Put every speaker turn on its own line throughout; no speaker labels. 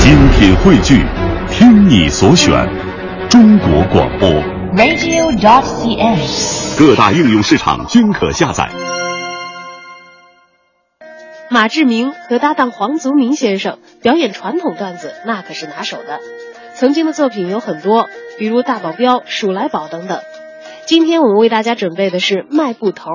精品汇聚，听你所选，中国广播。
radio.cn。
各大应用市场均可下载。
马志明和搭档黄族明先生表演传统段子，那可是拿手的。曾经的作品有很多，比如《大保镖》《鼠来宝》等等。今天我们为大家准备的是《卖布头》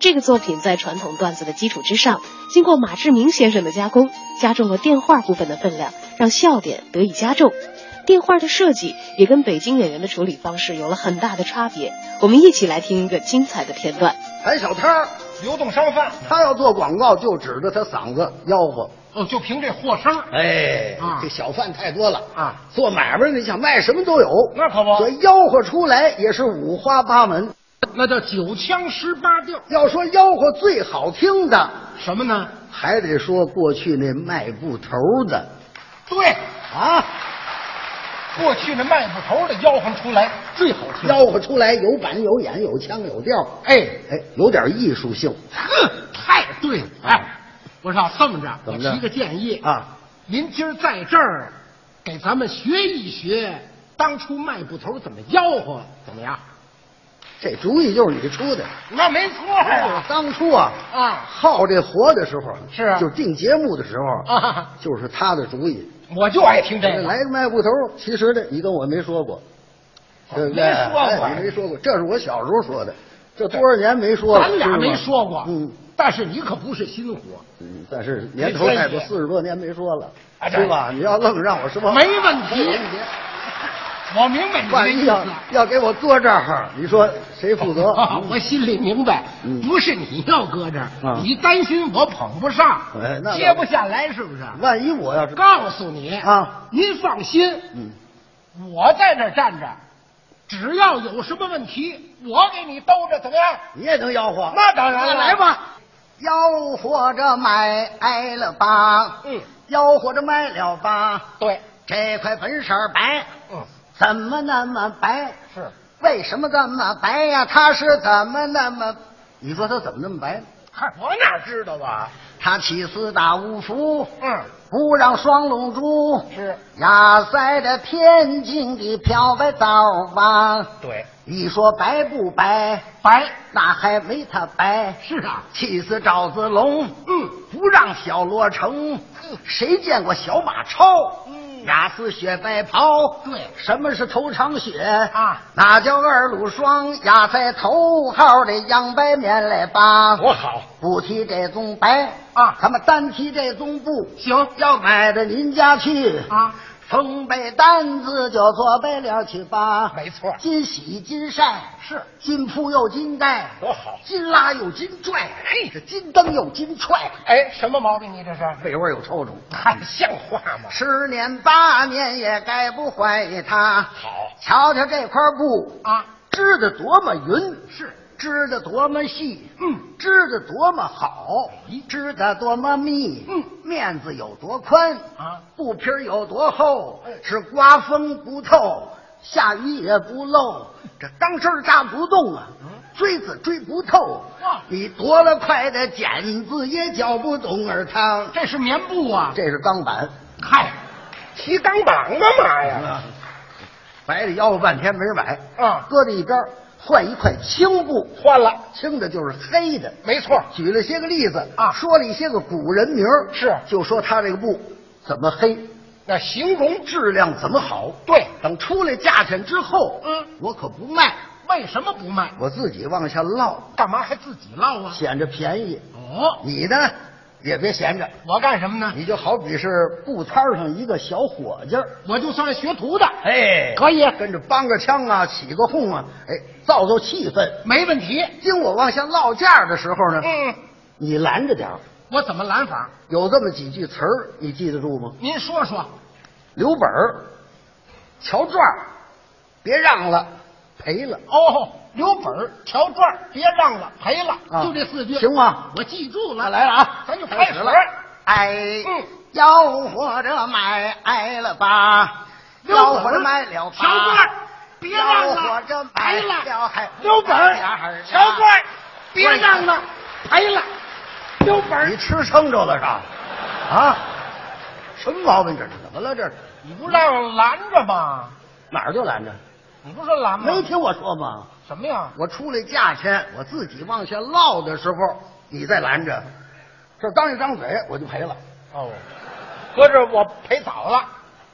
这个作品，在传统段子的基础之上，经过马志明先生的加工，加重了电话部分的分量，让笑点得以加重。电话的设计也跟北京演员的处理方式有了很大的差别。我们一起来听一个精彩的片段。
摆哎小摊儿，流动商贩，
他要做广告，就指着他嗓子吆喝。
嗯，就凭这货声儿，
哎，
啊
这小贩太多了
啊！
做买卖你想卖什么都有，
那可不
这吆喝出来也是五花八门。
那叫九腔十八调。
要说吆喝最好听的，
什么呢？
还得说过去那卖布头的
对，
啊，
过去那卖布头的吆喝出来最好听。
吆喝出来有板有眼有腔有调，
哎，
哎，有点艺术性。
哼，太对了。哎，我说这么着，
怎
我
么着
提个建议
啊，
您今儿在这儿给咱们学一学当初卖布头怎么吆喝，怎么样？
这主意就是你出的。
那没错
我当初啊
哎啊
好这活的时候
是啊
就定节目的时候
啊，
就是他的主意。哎
我就爱听这个。
来个卖布头，其实呢，你跟我没说过，对不对？
哦没说过
哎你没说过，这是我小时候说的，这多少年没说了，
咱俩
知道吗
没说过，
嗯
但是你可不是新货，
嗯，但是年头太多，
没
四十多年没说了，
哎
对吧？你要愣让我说，
没问题
没问题。
我明白你的
万
意
一
思
要要给我搁这儿，你说谁负 责？
啊，我心里明白，
嗯
不是你要搁这儿，
啊
你担心我捧不上，
哎那倒
接不下来，是不是？
万一我要是
告诉你
啊，
您放心，
嗯，
我在这儿站着，只要有什么问题，我给你兜着，怎么样？
你也能吆喝？
那当然了
来吧。吆喝着买挨了吧，
嗯，
吆喝着卖了吧，
对，
这块粉色白，
嗯，
怎么那么白？
是
为什么这么白呀、他是怎么那么？你说他怎么那么白呢？
嗨，我哪知道啊？
他起四大五福，
嗯，
不让双龙珠，
是
压塞着天津的漂白皂吧？
对，
你说白不白？
白
那还没他白。
是啊，
气死赵子龙，
嗯，
不让小罗成，谁见过小马超？
嗯
雅思雪白袍，
对
什么是头长雪
啊
那叫二路霜，压在头号的洋白棉来吧。
多好，
不提这宗白
啊
咱们单提这宗布，
行
要买到您家去
啊，
风被单子就做白了去吧。
没错
金洗金晒
是
金铺又金带，
多好
金拉又金拽，嘿，这金灯又金踹，
哎，什么毛病？你这是？
被窝有臭虫。
嗨，像话吗？
十年八年也改不坏它。
好
瞧瞧这块布，
啊，
织的多么匀，
是
织的多么细，
嗯，
织的多么好，织的多么密，
嗯，
面子有多宽
啊，哎
布皮儿有多厚，是刮风不透，下雨也不漏，
嗯
这钢丝儿扎不动啊，锥子锥不透
哇，
你多了快的剪子也绞不动耳汤。
这是棉布啊。
这啊是钢板，
嗨，提钢板干嘛呀？
白里吆喝半天没人买，
啊
搁在一边儿换一块青布，
换了，
青的就是黑的，
没错，
举了些个例子
啊
说了一些个古人名儿
是
就说他这个布怎么黑，
那形容
质量怎么好。
对
等出来价钱之后，
嗯
我可不卖，
为什么不卖？
我自己往下落，
干嘛还自己烙啊？
显着便宜。
哦，
你呢，也别闲着，
我干什么呢？
你就好比是布摊儿上一个小伙计儿，
我就算学徒的，
哎
可以，
跟着帮个腔啊，起个哄啊，哎，造造气氛。
没问题。
经我往下落价的时候呢，
嗯，
你拦着点儿
我怎么拦法？
有这么几句词儿，你记得住吗？
您说说。
留本儿，乔传儿，别让了，赔了。
哦，留本儿、瞧赚儿，别让了，赔了，
啊
就这四句，
行吗？
我记住
那
了。
来了啊，
咱就开始
了。哎，
嗯
吆喝着买，挨了吧，吆喝着买了吧，
条段儿别让了，
吆喝着买
赔了，
还
刘本儿，条段儿别让了，赔了，刘本儿
你吃撑着了是吧？啊，什么毛病？这是怎么了？这是
你不是让我拦着吗？
哪儿就拦着？
你不是说拦吗？
没听我说吗？
什么呀？
我出来价钱，我自己往下落的时候，你再拦着，这刚一张嘴我就赔了，
哦，合着我赔早了。哦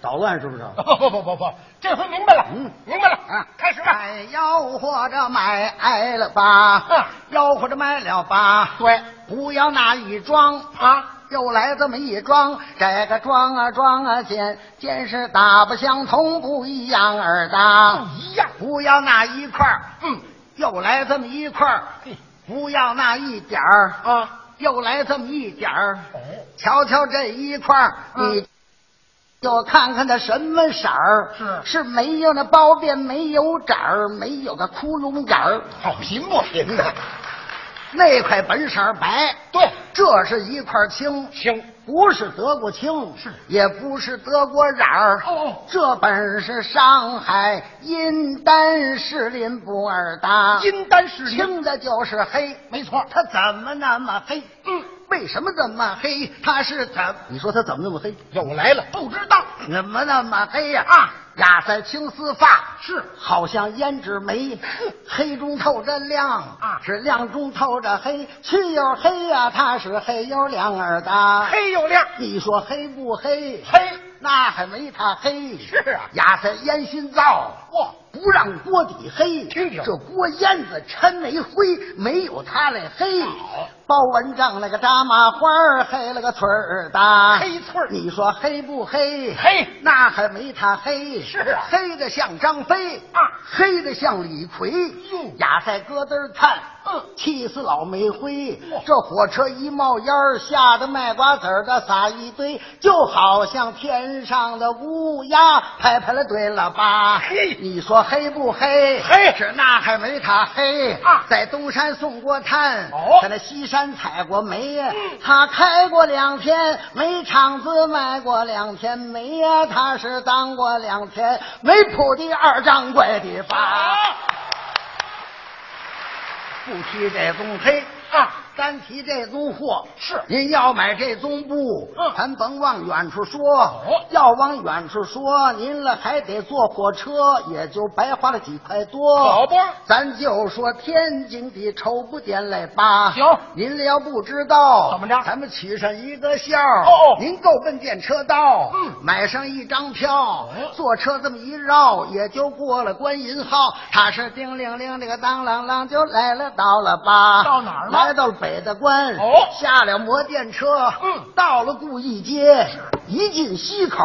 捣乱是不是？
不不不不，这回明白了，
嗯
明白了
啊
开始吧。
哎，吆喝着买哎了吧，吆喝着买了吧，
对
不要那一桩
啊，
又来这么一桩，这个桩啊桩啊见见是大不相同，不一样儿
不
的。
一样。
不要那一块儿，
嗯，
又来这么一块儿；
嘿
不要那一点儿，
啊，
又来这么一点儿。
哦，
瞧瞧这一块儿，
嗯
你就看看它什么色儿？
是
是没有那包边，没有褶儿，没有个窟窿眼儿。
好啊贫不贫呢？
那块本色儿白，
对，
这是一块青。
行，
不是德国青，
是
也不是德国染儿，
哦哦
这本是上海阴丹士林不二搭，
阴丹是青，
青的就是黑，
没错。
它怎么那么黑？
嗯，
为什么这么黑？它是怎？你说它怎么那么黑？
又来了，不知道。
怎么那么黑呀、啊？压在青丝发，
是
好像胭脂眉，黑中透着亮
啊
是亮中透着黑，去又黑呀、它是黑又亮儿的。
黑又亮，
啊你说黑不黑？
黑
那还没他黑。
是啊
压在烟熏灶，
哇，
不让锅底黑。
听听
这锅烟子抻煤灰，没有他来黑
好。
包文正那个扎麻花儿黑了个腿儿大，
黑翠儿
啊你说黑不黑？
黑
那还没他黑。
是啊
黑的像张飞
啊
黑的像李逵。
哟
压在咯噔儿炭，
嗯哦
气死老煤灰
哇。
这火车一冒烟儿，吓得卖瓜子儿的撒一堆，就好像天上的乌鸦排排了队了吧？
嘿
你说黑不黑？
黑
是那还没他黑
啊
在东山送过炭，
哦嗯
在那西山采过煤呀，他开过两天煤厂子，卖过两天煤呀，他是当过两天煤铺的二掌柜的
啊
吧？不提这宗黑
啊，
单提这宗货
是
您要买这宗布，
嗯
咱甭往远处说，
哦
要往远处说，您了还得坐火车，也就白花了几块多。
好不？
咱就说天津的绸布店来吧。
行
您要不知道
怎么着
咱们取上一个笑。
哦哦
您够奔电车道，
嗯
买上一张票
哦，
坐车这么一绕，也就过了观音号。它是叮铃铃，那个当啷啷，就来了到了吧？
到哪儿了
来到了北大关。
哦
下了摩电车，
嗯
到了顾义街，一进西口，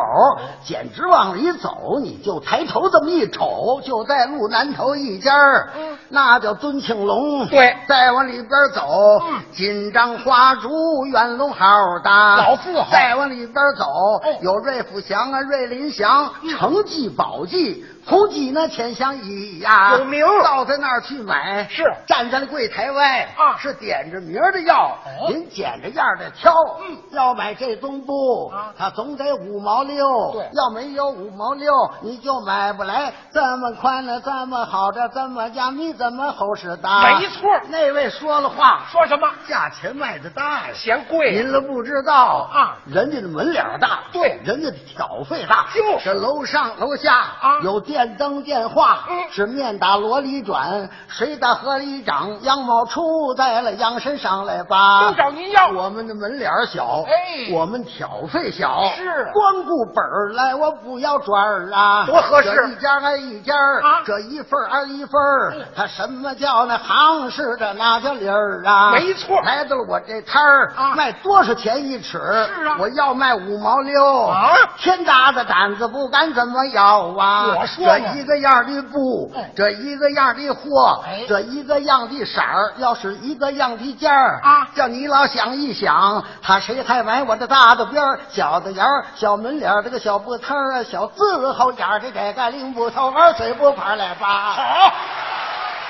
简直往里走，你就抬头这么一瞅，就在路南头一家儿
嗯
那叫尊庆龙。
对
再往里边走，
嗯
锦张花烛远龙好搭，
老字号
再往里边走，
哦嗯
有瑞福祥啊、瑞林祥、成记、宝记、红记呢、钱祥一呀，
有名
啊到他那儿去买
是
站在了柜台外
啊
是点着名儿的要，
哦
您捡着样儿的挑。
嗯
要买这东布
啊
它总得五毛六。
对
要没有五毛六，你就买不来。这么宽的，这么好的，这么呀，你怎么厚实的？
没错儿
那位说了话，
说什么？
价钱卖的大呀。
嫌贵
您都不知道
啊
人家的门脸儿大，
对
人家的挑费大，
就是
这楼上楼下
啊
有电灯电话，
嗯
是面打箩里转，水打河里涨，羊毛出在了羊身上来吧。
都找您要
我们的门脸儿小，
哎
我们挑费小，
是
光顾本儿来，我不要转儿啊，
多合适
这一家挨一家儿
啊嗯
这一份儿挨一份儿它什么叫那行市的那叫理儿啊？
没错
来来到了我这摊儿，
啊
卖多少钱一尺？
是啊
我要卖五毛六
啊
天大的胆子不敢怎么要啊！
我说
这
呢
一个样的布
哎，
这一个样的货
哎，
这一个样的色儿，要是一个样的价儿
啊
叫你老想一想，他谁还买我这大的边儿、小的沿儿、小门脸儿这个小布摊儿啊，小字号眼儿这这个零布头儿，水布盘儿来吧？
好，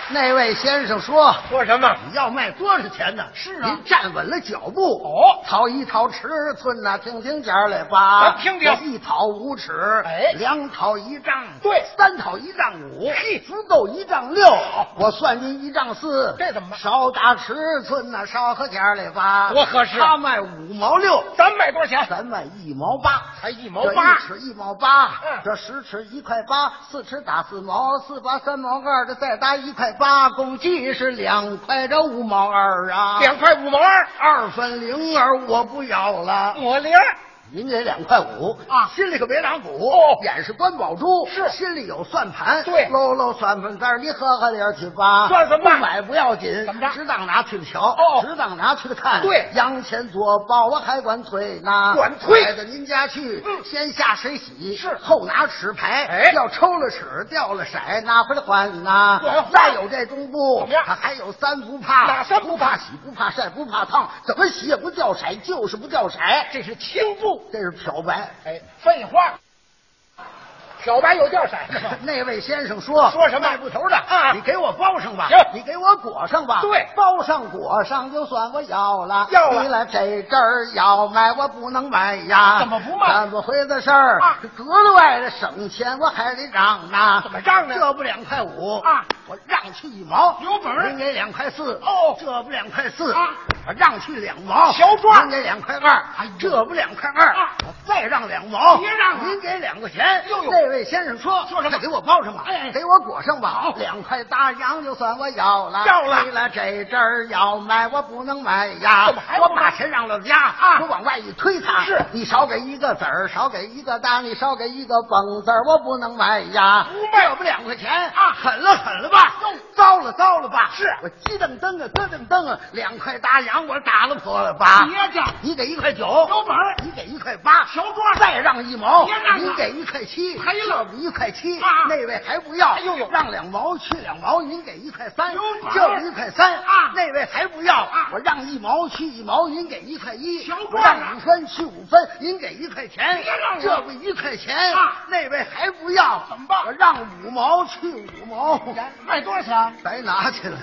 那位先生说
说什么？：“
要卖多少钱呢？”是
啊
您站稳了脚步。
哦
掏一掏尺寸呐、听听讲儿来吧。
咱啊听听
这一讨五尺，
哎
两讨一丈，
对
三讨一丈五，
嘿
足够一丈六。我算您一丈四，
这怎么办
少打尺寸呐、少喝点儿来吧。
多合适啊
他卖五毛六，
咱卖多少钱？
咱卖一毛八，
才一毛
这
八
一尺一毛八，
嗯
这十尺一块八，四尺打四毛，四八三毛二，这再搭一块八，共计是两块这五毛二啊，
两块五毛二，
二分零儿我不要了，
抹零。
您给两块五
嗯啊
心里可别打鼓，
哦
眼是关宝珠，
是
心里有算盘，
对
喽喽算盘子儿，你喝喝点儿去吧，
算什么
啊不买不要紧，
怎么着
适当拿去的瞧，
哦
适当拿去的看，
对
洋钱左抱我还管推呢，
管推
带到您家去，
嗯
先下水洗，
是
后拿尺牌，
哎
要抽了尺掉了色，拿回来还呐，
管还
再有这中布，
怎么样
它还有三不怕，
哪三不怕
洗不怕晒不怕烫，怎么洗也不掉色，就是不掉色。
这是青布，
这是漂白。？
哎，废话，漂白有掉色的吗
那位先生说
说什么
卖布头的
啊
你给我包上吧，
行
你给我裹上吧，
对
包上裹上就算我要了，
要啊了
你来这阵儿要卖我不能卖呀，
怎么不卖
怎么回的事儿
啊
格了外的省钱我还得让呢，
怎么让呢
这不两块五
啊，
我让去一毛，
有本事
您给两块四，
哦
这不两块四
啊，
我让去两毛，
小庄
您给两块二，这不两块二
啊，
我再让两毛，
别让了
您给两块钱，
呦呦
这位先生说
说什么
给我包上吧，
哎哎
给我裹上吧，两块大洋就算我要了，
要了
为了这阵儿要卖，我不能买呀，
怎么还不
我
买
把钱让了家
啊
我往外一推他，
是
你少给一个子儿，少给一个大，你少给一个蹦字儿，我不能买呀，
不卖
要不两块钱啊，狠了狠了吧
哟，
糟了糟了吧，
是
我鸡噔噔啊，咯噔噔啊，两块大洋我打了破了吧，
别介
你给一块九，有
本事
你给一块八，
小庄
再让一毛，
别让了
你给一块七，
赔了
这不一块七
啊
那位还不要，
哎呦呦
让两毛去两毛，您给一块三
有，本事
这不一块三
啊
那位还不要
啊
我让一毛去一毛，您给一块一，
小
我
庄啊
让五分去五分，您给一块钱
别让，了
这不一块钱
啊
那位还不要，
怎么办
我让五毛去五毛，
卖多少钱？啊
白拿去了。